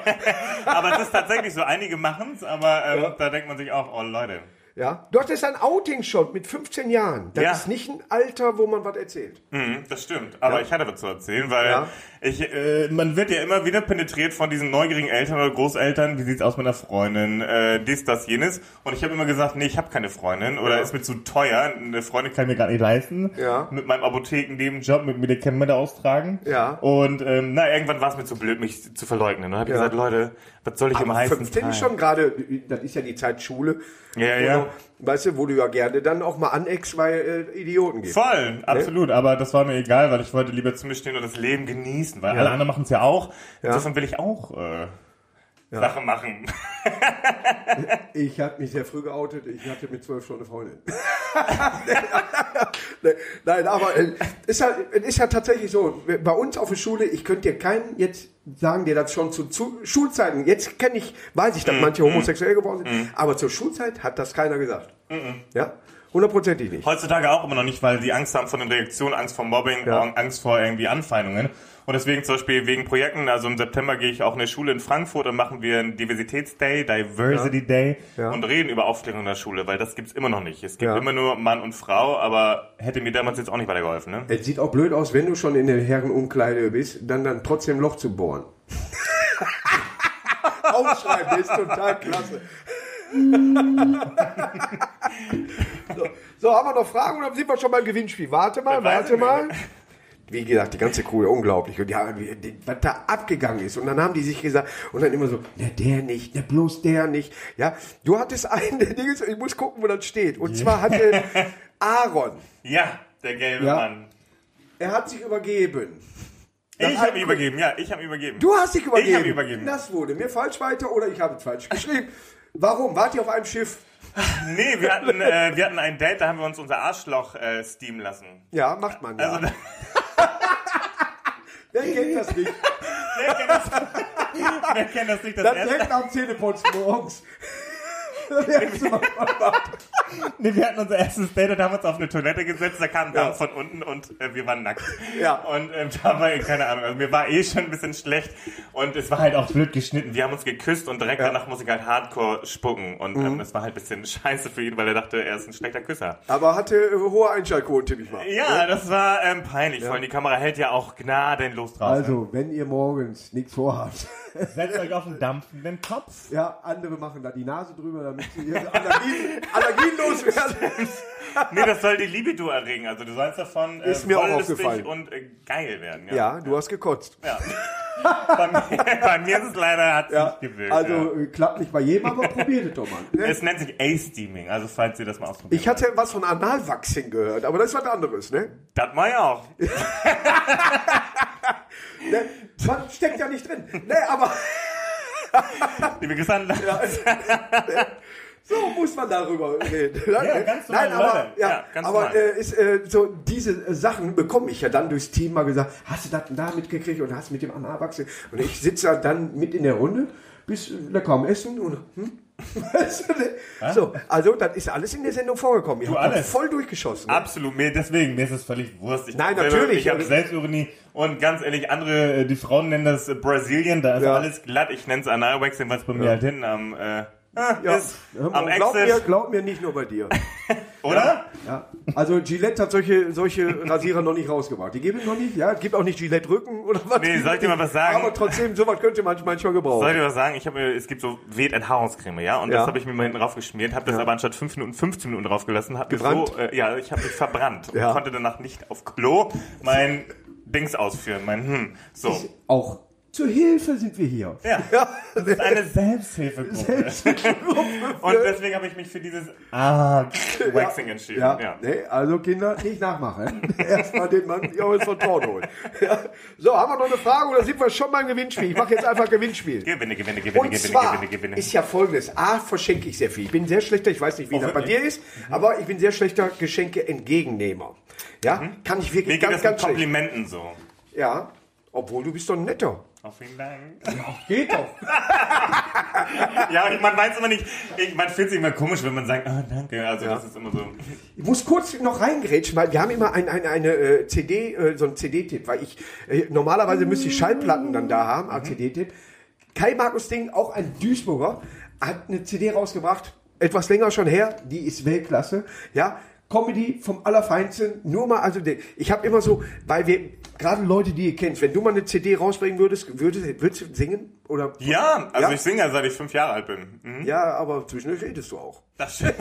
C: aber es ist tatsächlich so, einige machen es, aber ähm, da denkt man sich auch, oh Leute.
B: Ja, du hattest ein Outing schon mit 15 Jahren. Das
C: Ja.
B: ist nicht ein Alter, wo man was erzählt.
C: Mhm, das stimmt. Aber ich hatte was zu erzählen, weil
B: Ja.
C: ich, äh, man wird ja immer wieder penetriert von diesen neugierigen Eltern oder Großeltern. Wie sieht's aus mit einer Freundin? Äh, dies, das, jenes. Und ich habe immer gesagt, nee, ich habe keine Freundin oder ist mir zu teuer. Eine Freundin kann ich mir gerade nicht leisten.
B: Ja.
C: Mit meinem Apotheken Nebenjob, mit mir die Kämme da austragen.
B: Ja.
C: Und ähm, na, irgendwann war es mir zu blöd, mich zu verleugnen. Dann habe ich
B: Ja.
C: gesagt, Leute, was soll ich immer heißen?
B: 15 ist schon gerade, das ist ja die Zeit Schule.
C: Ja,
B: wo
C: ja.
B: Du, weißt du, wo du ja gerne dann auch mal aneckst, weil äh, Idioten gibt.
C: Voll, absolut. Aber das war mir egal, weil ich wollte lieber zu mir stehen und das Leben genießen, weil alle anderen machen es ja auch. Insofern will ich auch äh, Sachen machen.
B: Ich habe mich sehr früh geoutet. Ich hatte mit 12 schon eine Freundin. Nee, Nein, aber äh, ist halt, es ist ja tatsächlich so. Bei uns auf der Schule, ich könnte dir keinen jetzt sagen, der das schon zu, zu Schulzeiten, jetzt kenne ich, weiß ich, dass manche homosexuell geworden sind, aber zur Schulzeit hat das keiner gesagt. Ja? Hundertprozentig nicht.
C: Heutzutage auch immer noch nicht, weil die Angst haben vor den Reaktionen, Angst vor Mobbing,
B: Ja.
C: Angst vor irgendwie Anfeindungen. Und deswegen zum Beispiel wegen Projekten, also im September gehe ich auch in eine Schule in Frankfurt und machen wir einen Diversitätsday, Diversity Day
B: Ja.
C: und reden über Aufklärung in der Schule, weil das gibt's immer noch nicht. Es gibt
B: Ja.
C: immer nur Mann und Frau, aber hätte mir damals jetzt auch nicht weitergeholfen, ne?
B: Es sieht auch blöd aus, wenn du schon in der Herrenumkleide bist, dann dann trotzdem ein Loch zu bohren. Aufschreiben ist total klasse. so, so, haben wir noch Fragen oder sind wir schon beim Gewinnspiel? Warte mal,
C: Das weiß
B: warte
C: ich
B: mal.
C: nicht.
B: Wie gesagt, die ganze Crew, unglaublich. Und die, haben- die- die- was da abgegangen ist. Und dann haben die sich gesagt, und dann immer so, na, der nicht, na, bloß der nicht. Ja, du hattest einen, der Ding ist, ich muss gucken, wo das steht. Und zwar hatte Aaron,
C: Ja, der gelbe
B: Ja.
C: Mann.
B: er hat sich übergeben. Nach
C: Ich habe
B: einem-
C: übergeben, ja, ich habe übergeben.
B: Du hast dich übergeben.
C: Ich habe übergeben.
B: Das wurde mir falsch weiter oder ich habe es falsch geschrieben. Warum? Wart ihr auf einem Schiff?
C: Nee, wir hatten, äh, wir hatten ein Date, da haben wir uns unser Arschloch äh, steamen lassen.
B: Ja, macht man ja.
C: Also,
B: Wer kennt das nicht?
C: wer, kennt das, wer kennt das nicht? Das
B: Das
C: erste,
B: direkt am Zähneputzen morgens. Wer hat's noch gemacht?
C: Nee, wir hatten unser erstes Date und haben uns auf eine Toilette gesetzt, da kam Dampf von unten und äh, wir waren nackt.
B: Ja.
C: Und ähm, da war, keine Ahnung, also mir war eh schon ein bisschen schlecht und es war halt auch blöd geschnitten. Wir haben uns geküsst und direkt danach muss ich halt hardcore spucken und ähm, das war halt ein bisschen scheiße für ihn, weil er dachte, er ist ein schlechter Küsser.
B: Aber hatte äh, hohe Einschaltquoten, tippe ich mal.
C: Ja, das war ähm, peinlich, vor allem die Kamera hält ja auch gnadenlos ne? draußen.
B: Also, wenn ihr morgens nichts vorhabt,
C: Setzt euch auf einen dampfenden Topf.
B: ja, andere machen da die Nase drüber, damit sie ihre Allergien, Allergien loswerden.
C: Nee, das soll die Libido erregen. Also du sollst davon äh,
B: Ist mir auch
C: wollüstig
B: aufgefallen.
C: und äh, geil werden. Ja.
B: Ja, du hast gekotzt.
C: Bei, mir, bei mir ist es leider hat's
B: Ja,
C: nicht gewirkt.
B: also äh, klappt nicht bei jedem, aber probiert es doch mal.
C: ja. Es nennt sich A-Steaming, also falls ihr das mal ausprobiert.
B: Ich hatte was von Analwachsing gehört, aber das ist was anderes, ne?
C: Das mach ich auch.
B: ne? Man steckt ja nicht drin. Ne, aber
C: Liebe Grüße an
B: so muss man darüber reden. ne?
C: Ja, ganz normal,
B: Nein, aber,
C: Leute.
B: ja,
C: Ja, ganz
B: aber
C: normal.
B: äh, ist, äh, so diese äh, Sachen bekomme ich ja dann durchs Team mal gesagt, hast du das und da mitgekriegt und hast mit dem Analwachsing. Und ich sitze dann mit in der Runde, bis äh, lecker am Essen und hm? Weißt du, ne? so, also das ist alles in der Sendung vorgekommen. Ihr
C: Du,
B: habt das
C: alles.
B: voll durchgeschossen. ne?
C: Absolut, mir, deswegen, mir ist es völlig Wurst. Ich
B: Nein,
C: hab selber-
B: natürlich.
C: Ich habe Selbstironie und ganz ehrlich, andere, äh, die Frauen nennen das äh, Brasilien, da ist
B: Ja.
C: alles glatt. Ich nenne es Analwaxing, weil es bei mir halt hinten am, äh,
B: Ja.
C: ist,
B: Hör mal,
C: am
B: glaub, mir,
C: Exit,
B: glaub mir nicht nur bei dir.
C: oder?
B: Ja. Also Gillette hat solche, solche Rasierer noch nicht rausgebracht. Die geben es noch nicht. Ja, es gibt auch nicht Gillette Rücken oder was.
C: Nee, soll ich dir mal was sagen?
B: Aber trotzdem, sowas könnte man manchmal
C: Soll ich
B: gebrauchen.
C: dir was sagen? Ich habe mir- es gibt so Wet Enthaarungscreme, ja, und
B: Ja.
C: das habe ich mir mal hinten draufgeschmiert, habe das aber anstatt 5 Minuten 15 Minuten draufgelassen, habe
B: Gebrannt?
C: so äh, ja, ich habe mich verbrannt
B: Ja.
C: und konnte danach nicht auf Klo mein Dings ausführen, mein hm. So,
B: Auch zur Hilfe sind wir hier.
C: ja.
B: Ja.
C: Das ist eine Selbsthilfegruppe. Und deswegen habe ich mich für dieses ah, Waxing entschieden.
B: Ja,
C: Ja.
B: Nee, also Kinder, nicht nachmachen. Erstmal den Mann die Horizont Horn holen. Ja. So, haben wir noch eine Frage oder sind wir schon beim Gewinnspiel? Ich mache jetzt einfach Gewinnspiel.
C: Gewinne, gewinne, gewinne,
B: Und
C: gewinne,
B: zwar
C: gewinne, gewinne.
B: ist ja folgendes. A, verschenke ich sehr viel. Ich bin sehr schlechter, ich weiß nicht, wie das bei
C: wirklich?
B: dir ist, aber ich bin sehr schlechter Geschenke-Entgegennehmer. Ja, kann ich
C: Mhm. Mir
B: wirklich
C: geht
B: ganz,
C: das um mit
B: ganz schlecht.
C: Komplimenten so.
B: Ja, obwohl du bist doch ein netter.
C: Oh, vielen Dank.
B: Geht doch.
C: Ja, und man weiß immer nicht, ich, man fühlt sich immer komisch, wenn man sagt, oh, danke. Also das ist immer so.
B: Ich muss kurz noch reingrätschen, weil wir haben immer ein, ein, eine äh, CD, äh, so einen CD-Tipp, weil ich, äh, normalerweise müsste ich Schallplatten dann da haben, als CD-Tipp. Kai Markus Ding, auch ein Duisburger, hat eine CD rausgebracht, etwas länger schon her, die ist Weltklasse, ja. Comedy vom Allerfeinsten, nur mal, also de- ich habe immer so, weil wir, gerade Leute, die ihr kennt, wenn du mal eine CD rausbringen würdest, würdest, würdest du singen? Oder?
C: Ja, also
B: Ja?
C: ich singe ja seit ich fünf Jahre alt bin. Mhm.
B: Ja, aber zwischendurch redest du auch.
C: Das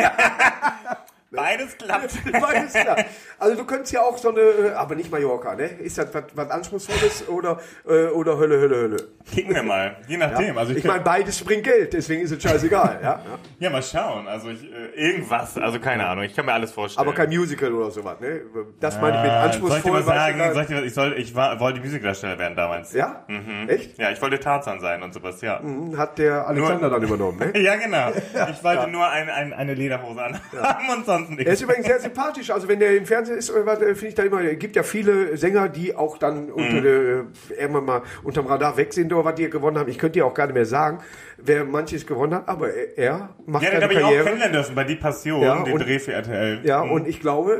C: Beides klappt.
B: Beides klar. Also du könntest ja auch so eine, äh, aber nicht Mallorca, ne? Ist das was, was Anspruchsvolles oder, äh, oder Hölle, Hölle, Hölle?
C: Kicken wir mal, je nachdem. Also ich,
B: Ich meine, beides bringt Geld, deswegen ist es scheißegal, ja? ja?
C: ja mal schauen. Also ich, äh, irgendwas, also keine Ahnung. Ich kann mir alles vorstellen.
B: Aber kein Musical oder sowas, ne? Das meine ich
C: äh, soll ich
B: mit
C: dir
B: anspruchsvoll.
C: was sagen?
B: weißt du,
C: Soll ich, dir was, ich, soll, ich war, wollte Musikdarsteller werden damals.
B: ja? Mhm. Echt?
C: Ja, ich wollte Tarzan sein und sowas, ja.
B: Hat der Alexander
C: Mhm. Nur-
B: dann übernommen, ne?
C: Ja, genau. Ich wollte nur ein, ein, eine Lederhose anhaben und sonst
B: Er ist
C: nichts.
B: übrigens sehr sympathisch. Also wenn der im Fernsehen ist, oder was, äh, finde ich da immer, es gibt ja viele Sänger, die auch dann
C: Mhm.
B: unter der, äh, irgendwann mal unterm Radar weg sind oder was die gewonnen haben. Ich könnte dir auch gar nicht mehr sagen, wer manches gewonnen hat, aber er- er macht
C: Ja, den
B: eine
C: habe ich auch
B: Karriere.
C: kennenlernen dürfen bei Die Passion,
B: Ja,
C: den
B: und-
C: Dreh für RTL.
B: Ja,
C: Mhm.
B: und ich glaube,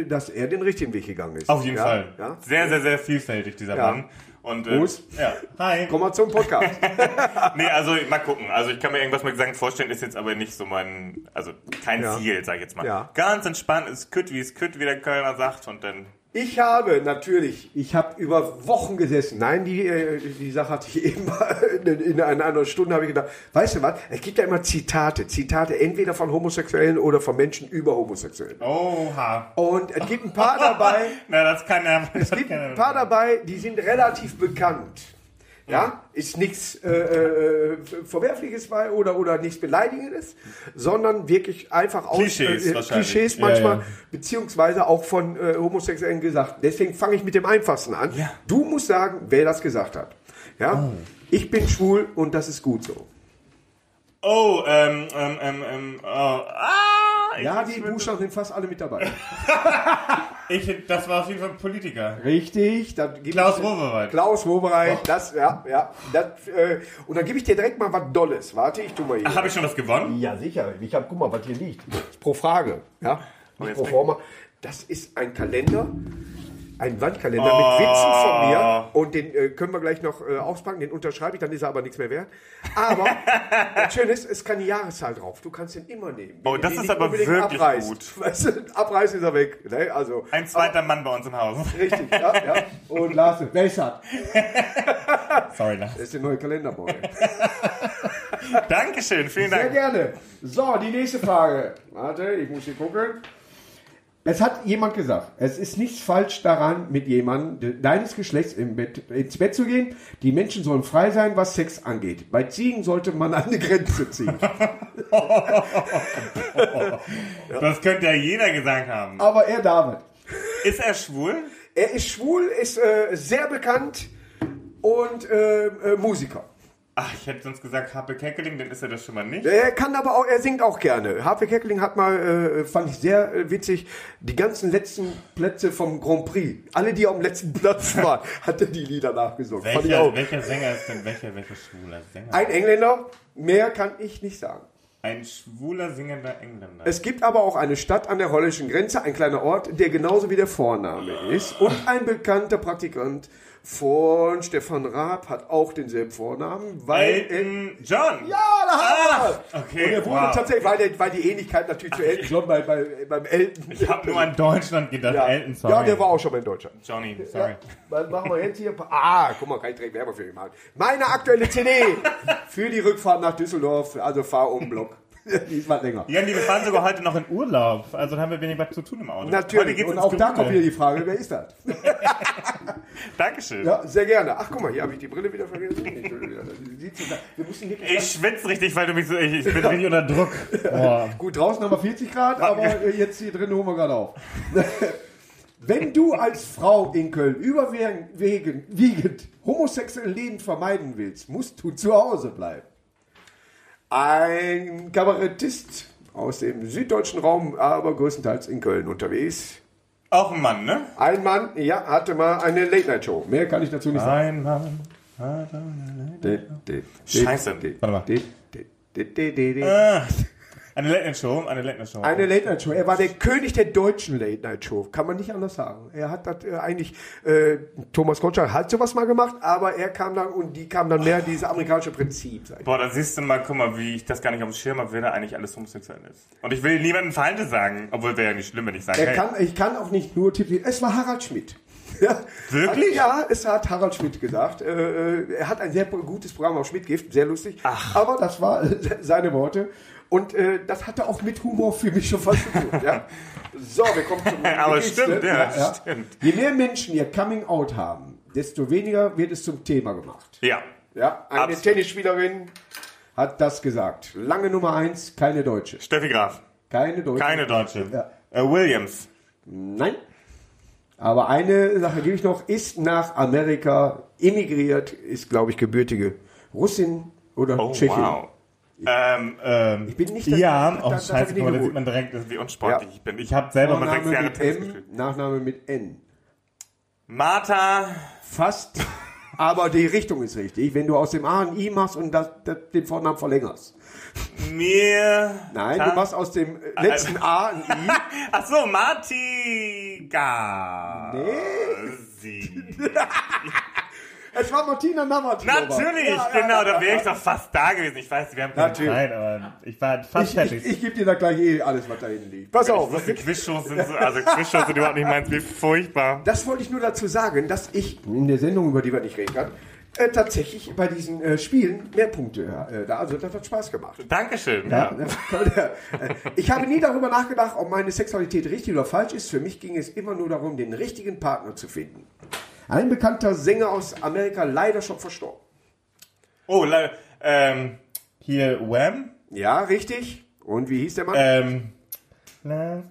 B: äh, dass er den richtigen Weg gegangen ist.
C: Auf jeden
B: ja,
C: Fall.
B: Ja.
C: Sehr, sehr, sehr vielfältig, dieser
B: Ja.
C: Mann. Und,
B: Prost.
C: Äh, ja. Hi.
B: Kommen wir zum Podcast.
C: Nee, also mal gucken. Also ich kann mir irgendwas mit Gesang vorstellen, ist jetzt aber nicht so mein, also kein
B: Ja.
C: Ziel, sag ich jetzt mal.
B: Ja.
C: Ganz entspannt, es kütt, wie es kütt, wie der Kölner sagt und dann...
B: Ich habe natürlich, ich habe über Wochen gesessen. Nein, die, äh, die Sache hatte ich eben mal in, in einer anderen Stunde, habe ich gedacht, weißt du was, es gibt ja immer Zitate. Zitate entweder von Homosexuellen oder von Menschen über Homosexuellen.
C: Oha.
B: Und es gibt ein paar dabei,
C: Na, das kann ja...
B: es gibt ein paar dabei, die sind relativ bekannt. Ja, ist nichts äh, äh, Verwerfliches bei oder, oder nichts Beleidigendes, sondern wirklich einfach aus, äh,
C: Klischees wahrscheinlich.
B: Klischees
C: Ja,
B: manchmal,
C: ja.
B: beziehungsweise auch von äh, Homosexuellen gesagt. Deswegen fange ich mit dem Einfachsten an.
C: Ja.
B: Du musst sagen, wer das gesagt hat. Ja, ich bin schwul und das ist gut so.
C: Oh, ähm, ähm, ähm, ähm, oh. Ah! Ich
B: Ja, die Buchstaben sind fast alle mit dabei.
C: Ich, das war auf jeden Fall ein Politiker.
B: Richtig, dann gebe
C: Klaus
B: ich-
C: Wowereit. Oh.
B: Klaus Wobereit, das, ja, ja. Das, äh, und dann gebe ich dir direkt mal was Dolles. Warte, ich tu mal hier.
C: Habe ich schon was gewonnen?
B: Ja, sicher. Ich habe, guck mal, was hier liegt. Pro Frage. Ja, nicht
C: jetzt
B: pro
C: bin-
B: forma. Das ist ein Kalender, ein Wandkalender
C: Oh.
B: mit Witzen von mir. Und den äh, können wir gleich noch äh, auspacken. Den unterschreibe ich, dann ist er aber nichts mehr wert. Aber das Schöne ist, es kann die Jahreszahl drauf. Du kannst den immer nehmen.
C: Oh,
B: Wenn du
C: das
B: den
C: ist
B: nicht
C: aber
B: unbedingt
C: wirklich
B: abreißt.
C: gut.
B: Weißt du, abreißen ist er weg. Ne? Also,
C: Ein zweiter Mann bei uns im Haus.
B: richtig. Ja, ja. Und Lars, wer ist das?
C: Sorry, ne. Lars.
B: Das ist der neue Kalenderboy.
C: Dankeschön, vielen
B: Sehr
C: Dank.
B: gerne. So, die nächste Frage. Warte, ich muss hier gucken. Es hat jemand gesagt, es ist nichts falsch daran, mit jemandem de- deines Geschlechts im Bett, ins Bett zu gehen. Die Menschen sollen frei sein, was Sex angeht. Bei Ziegen sollte man eine Grenze ziehen.
C: Das könnte ja jeder gesagt haben.
B: Aber er David.
C: Ist er schwul?
B: Er ist schwul, ist äh, sehr bekannt und äh, äh, Musiker.
C: Ach, ich hätte sonst gesagt Happe Keckeling, dann ist er das schon mal nicht.
B: Er kann aber auch, er singt auch gerne. Harvey Keckling hat mal, äh, fand ich sehr äh, witzig, die ganzen letzten Plätze vom Grand Prix, alle, die auf dem letzten Platz waren, hat er die Lieder nachgesungen. Fand ich auch.
C: Welcher, welcher Sänger ist denn welcher, welcher schwuler Sänger?
B: Ein Engländer, mehr kann ich nicht sagen.
C: Ein schwuler singender Engländer.
B: Es gibt aber auch eine Stadt an der holländischen Grenze, ein kleiner Ort, der genauso wie der Vorname ist. Und ein bekannter Praktikant von Stefan Raab hat auch denselben Vornamen, weil er
C: Elton John.
B: Ja, da hat er
C: Ah,
B: was.
C: okay,
B: Und er wurde
C: wow.
B: tatsächlich, weil, der, weil die Ähnlichkeit natürlich zu Elton John bei, bei, beim Elton.
C: Ich habe nur an Deutschland gedacht.
B: ja.
C: Elton, sorry.
B: ja, der war auch schon mal in Deutschland.
C: Johnny, sorry.
B: Was machen wir jetzt hier? Ah, guck mal, kann ich direkt Werbung für ihn machen. Meine aktuelle CD für die Rückfahrt nach Düsseldorf, also fahr um den Block. Diesmal länger.
C: Ja, nee, wir fahren sogar heute noch in Urlaub. Also da haben wir wenig was zu tun im Auto. Heute
B: Natürlich,
C: geht's
B: und
C: ins
B: auch da
C: Grüne.
B: kommt wieder die Frage, wer ist das?
C: Dankeschön.
B: Ja, sehr gerne. Ach, guck mal, hier habe ich die Brille wieder vergessen. Entschuldigung, das sieht so- Wir müssen hier
C: Ich schwitze richtig, weil du mich so. Ich, ich bin richtig unter Druck. Boah.
B: Gut, draußen haben wir 40 Grad, aber äh, jetzt hier drin holen wir gerade auf. Wenn du als Frau in Köln überwiegend homosexuelle Leben vermeiden willst, musst du zu Hause bleiben. Ein Kabarettist aus dem süddeutschen Raum, aber größtenteils in Köln unterwegs.
C: Auch ein Mann, ne?
B: Ein Mann, ja, hatte mal eine Late-Night-Show. Mehr kann ich dazu nicht sagen.
C: Ein Mann. Scheiße. Warte mal. Ah, Eine Late Night Show, eine Late Night Show.
B: Eine Late Night Show. Er war der König der deutschen Late Night Show. Kann man nicht anders sagen. Er hat das äh, eigentlich, äh, Thomas Gottschalk hat sowas mal gemacht, aber er kam dann und die kam dann mehr dieses amerikanische Prinzip. sag ich.
C: Boah, da siehst du mal, guck mal, wie ich das gar nicht auf dem Schirm habe, wer da eigentlich alles homosexuell ist. Und ich will niemandem Feinde sagen, obwohl wäre ja nicht schlimm, wenn ich sage,
B: Er
C: hey,
B: kann, ich kann auch nicht nur tippen. Es war Harald Schmidt. Ja.
C: Wirklich?
B: Ja, es hat Harald Schmidt gesagt. Äh, er hat ein sehr gutes Programm auf Schmidtgift, sehr lustig. Ach. Aber das war äh, seine Worte. Und äh, das hatte auch mit Humor für mich schon was zu tun. Ja. So, wir kommen zum
C: Aber
B: nächsten.
C: stimmt, ja, stimmt.
B: Je mehr Menschen ihr Coming Out haben, desto weniger wird es zum Thema gemacht.
C: ja.
B: Ja, eine
C: Absolut.
B: Tennisspielerin hat das gesagt. Lange Nummer eins, keine Deutsche.
C: Steffi Graf,
B: Keine Deutsche.
C: keine Deutsche.
B: Ja.
C: Äh, Williams,
B: Nein. Aber eine Sache gebe ich noch, ist nach Amerika emigriert, ist, glaube ich, gebürtige Russin oder
C: oh
B: Tschechin.
C: wow. Ähm, ähm, ich
B: bin nicht der-
C: Ja,
B: da-
C: oh
B: da- da hab ich
C: scheiße,
B: nie
C: guck mal, da
B: gewohnt.
C: sieht man direkt, wie unsportlich
B: Ja.
C: ich bin. Ich habe selber mal sechs
B: Vorname
C: Jahre
B: mit
C: Tennis
B: M,
C: gespielt.
B: Nachname mit N.
C: Martha,
B: Fast. Aber die Richtung ist richtig, wenn du aus dem A ein I machst und das, das, den Vornamen verlängerst.
C: mir...
B: Nein, du machst aus dem äh, letzten A ein I.
C: Ach so, Martiga. Nee.
B: Es war Martina Navratilova.
C: Natürlich,
B: Ja, ja,
C: genau,
B: ja,
C: da wäre ich doch fast da gewesen. Ich weiß, wir haben keine
B: Natürlich.
C: Zeit, aber ich war fast
B: Ich,
C: fertig.
B: ich, ich gebe dir da gleich eh alles, was da hinten liegt. Pass
C: Ich
B: auf,
C: wusste, Quizshows sind so, also Quizshows sind überhaupt nicht meins, wie furchtbar.
B: Das wollte ich nur dazu sagen, dass ich in der Sendung, über die wir nicht reden können, äh, tatsächlich bei diesen äh, Spielen mehr Punkte äh, da. Also das hat Spaß gemacht.
C: Dankeschön. Ja.
B: Äh, ich habe nie darüber nachgedacht, ob meine Sexualität richtig oder falsch ist. Für mich ging es immer nur darum, den richtigen Partner zu finden. Ein bekannter Sänger aus Amerika, leider schon verstorben.
C: Oh, le- ähm, hier Wham.
B: Ja, richtig. Und wie hieß der Mann?
C: Ähm,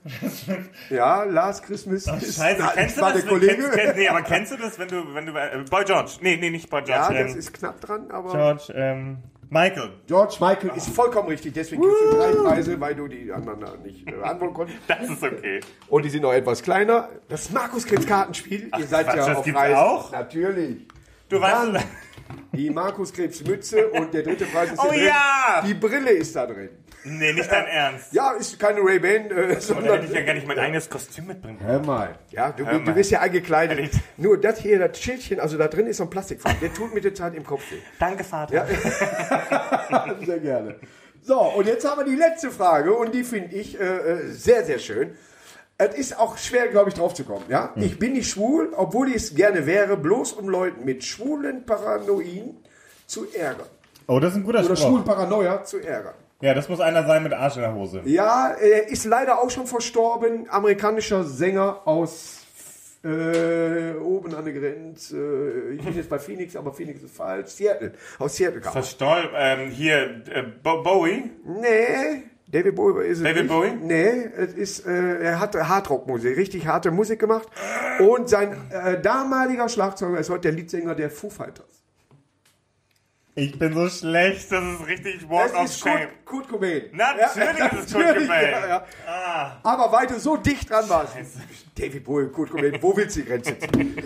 B: ja, Lars Christmas. ist-
C: scheiße,
B: Nein,
C: kennst du
B: war
C: das?
B: der Kollege.
C: Kennst, kennst, nee, aber kennst du das, wenn du, wenn du, äh, Boy George. Nee, nee, nicht Boy George.
B: ja,
C: ähm,
B: das ist knapp dran, aber
C: George, ähm, Michael.
B: George Michael ist vollkommen richtig, deswegen gibt es drei Preise, weil du die anderen nicht äh, antworten konntest.
C: Das ist okay.
B: Und die sind noch etwas kleiner. Das Markus Krebs Kartenspiel, ihr seid
C: Quatsch,
B: ja
C: das
B: auf
C: gibt's
B: Reisen.
C: auch?
B: Natürlich.
C: Du
B: Dann
C: weißt,
B: die Markus Krebs Mütze und der dritte Preis ist
C: Oh
B: hier drin.
C: ja!
B: Die Brille ist da drin.
C: nee, nicht dein Ernst.
B: Ja, ist keine Ray-Ban, äh,
C: Und da hätte
B: sondern...
C: ich ja gar nicht mein eigenes Kostüm mitbringen können.
B: Hör mal. Ja, du,
C: Hör
B: du
C: mal.
B: bist ja eingekleidet.
C: Ehrlich.
B: Nur das hier, das Schildchen, also da drin ist so ein Plastikfilm. Der tut mit der Zeit im Kopf weh.
C: Danke, Vater.
B: Sehr gerne. So, und jetzt haben wir die letzte Frage und die finde ich äh, äh, sehr, sehr schön. Es ist auch schwer, glaube ich, drauf zu kommen. Ja? Ich bin nicht schwul, obwohl ich es gerne wäre, bloß um Leuten mit schwulen Paranoien zu ärgern.
C: Oh, das ist ein guter
B: Oder schwulen
C: Spruch.
B: Paranoia zu ärgern.
C: Ja, das muss einer sein mit Arsch in der Hose.
B: Ja, er ist leider auch schon verstorben. Amerikanischer Sänger aus äh, oben an der Grenze. Ich bin jetzt bei Phoenix, aber Phoenix ist falsch. Seattle. Aus Seattle kam. er.
C: Verstoll, ähm, hier, äh, Bo Bowie.
B: Nee, David Bowie ist es.
C: David
B: nicht.
C: Bowie?
B: Nee, es ist, äh, er hat Hardrock-Musik, richtig harte Musik gemacht. Und sein äh, damaliger Schlagzeuger ist heute der Leadsänger der Foo Fighters.
C: Ich bin so schlecht, das ist richtig Walk
B: Es
C: of
B: ist
C: Shame.
B: Kurt, Kurt Cobain.
C: Natürlich
B: Ja,
C: ist es Kurt
B: natürlich,
C: Cobain. Ah.
B: ja, ja. Aber weil du so dicht dran warst. David Bowie, Kurt Cobain, wo willst du die Grenze ziehen?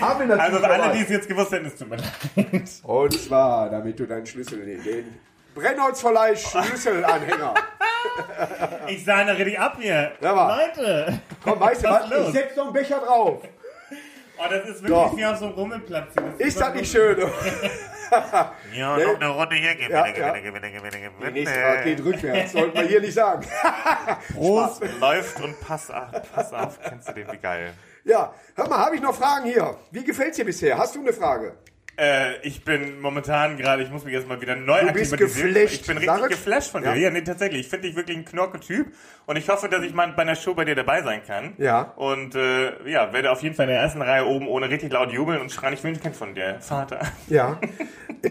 B: Haben wir natürlich
C: Also für alle,
B: dabei.
C: die es jetzt gewusst hätten, es tut mir leid.
B: Und zwar, damit du deinen Schlüssel in den Brennholzverleih Schlüsselanhänger.
C: Ich sah eine richtig ab hier.
B: Ja, aber-
C: Leute.
B: Komm, weißt du
C: Was
B: was?
C: los?
B: Ich setz noch einen Becher drauf.
C: Oh, das ist wirklich
B: Doch.
C: wie auf so einem Rummelplatz. Das
B: Ist das nicht
C: so-
B: schön?
C: Ja, noch eine Runde hier. Gewinne,
B: Ja, ja.
C: gewinne, gewinne, gewinne, gewinne.
B: Die nächste Frage geht rückwärts, sollte man hier nicht sagen.
C: Groß läuft und pass auf, pass auf. Kennst du den, wie geil.
B: Ja, hör mal, habe ich noch Fragen hier? Wie gefällt's dir bisher? Hast du eine Frage?
C: Äh, ich bin momentan gerade, ich muss mich jetzt mal wieder neu
B: Du bist
C: akklimatisieren.
B: geflasht.
C: Ich bin
B: Sag
C: richtig
B: es.
C: geflasht von dir.
B: Ja.
C: Ja, nee, tatsächlich. Ich finde dich wirklich ein Knorke-Typ und ich hoffe, dass ich mal bei einer Show bei dir dabei sein kann.
B: Ja.
C: Und äh, ja, werde auf jeden Fall in der ersten Reihe oben ohne richtig laut jubeln und schreien, ich will ein Kind von dir. Vater.
B: Ja. Äh,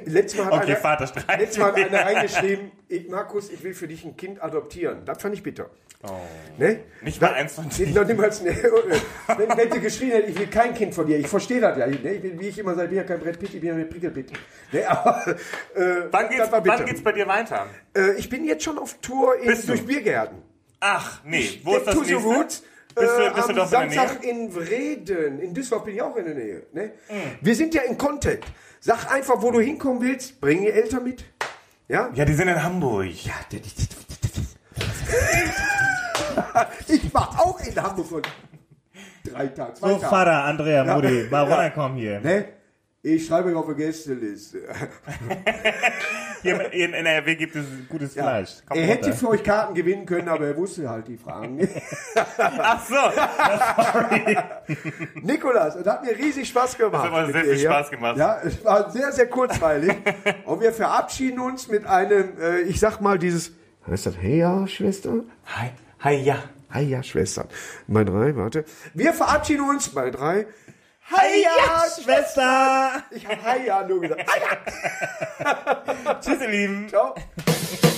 B: Letztes Mal hat
C: Okay,
B: einer,
C: Vater streitet.
B: letztes Mal hat einer reingeschrieben, ich, Markus, ich will für dich ein Kind adoptieren. Das fand ich bitter.
C: Oh.
B: Ne?
C: Nicht mal eins von
B: Nee,
C: dir.
B: Noch niemals, ne, wenn, wenn sie geschrien hätte, ich will kein Kind von dir, ich verstehe das ja. Ne? Ich bin, wie ich immer sage, ich bin ja kein Brett Pitt, ich bin ja mit Prickelpitt. Ne, aber, äh,
C: Wann geht's,
B: das war bitter.
C: wann geht's bei dir weiter?
B: äh, ich bin jetzt schon auf Tour in,
C: Bist du?
B: durch Biergärten.
C: Ach, nee. Wo ist das
B: to
C: nächste?
B: the Roots.
C: Bist du-
B: äh,
C: bist du
B: am
C: doch in der
B: Samstag in Vreden. In Düsseldorf bin ich auch in der Nähe. Ne?
C: Mm.
B: Wir sind ja in Kontakt. Sag einfach, wo du hinkommen willst. Bring die Eltern mit. Ja?
C: Ja, die sind in Hamburg.
B: Ich war auch in Hamburg vor drei Tagen. Zwei
C: Oh,
D: So,
B: Tagen.
D: Vater, Andrea, Mutti, mal
B: genau. Ja.
D: runterkommen hier.
B: Ne? Ich schreibe mich auf die Gästeliste.
C: Hier in in NRW gibt es gutes Fleisch. Komm
B: er hätte
C: runter.
B: für euch Karten gewinnen können, aber er wusste halt die Fragen.
C: Ach so, das
B: Nikolas, es hat mir riesig Spaß gemacht.
C: hat aber
B: mit
C: sehr
B: dir
C: viel
B: hier.
C: Spaß gemacht.
B: Ja, es war sehr, sehr kurzweilig. Und wir verabschieden uns mit einem, äh, ich sag mal, dieses. Heißt das Hey ja, Schwester?
C: Hi, hi, ja.
B: Hey ja, Schwestern. Bei drei, warte. Wir verabschieden uns bei drei. Hey
D: Hey,
B: ja,
D: ja,
B: Schwester.
D: Schwester!
B: Ich hab Hey ja nur gesagt. Hey ja.
C: Tschüss, ihr Lieben.
B: Ciao.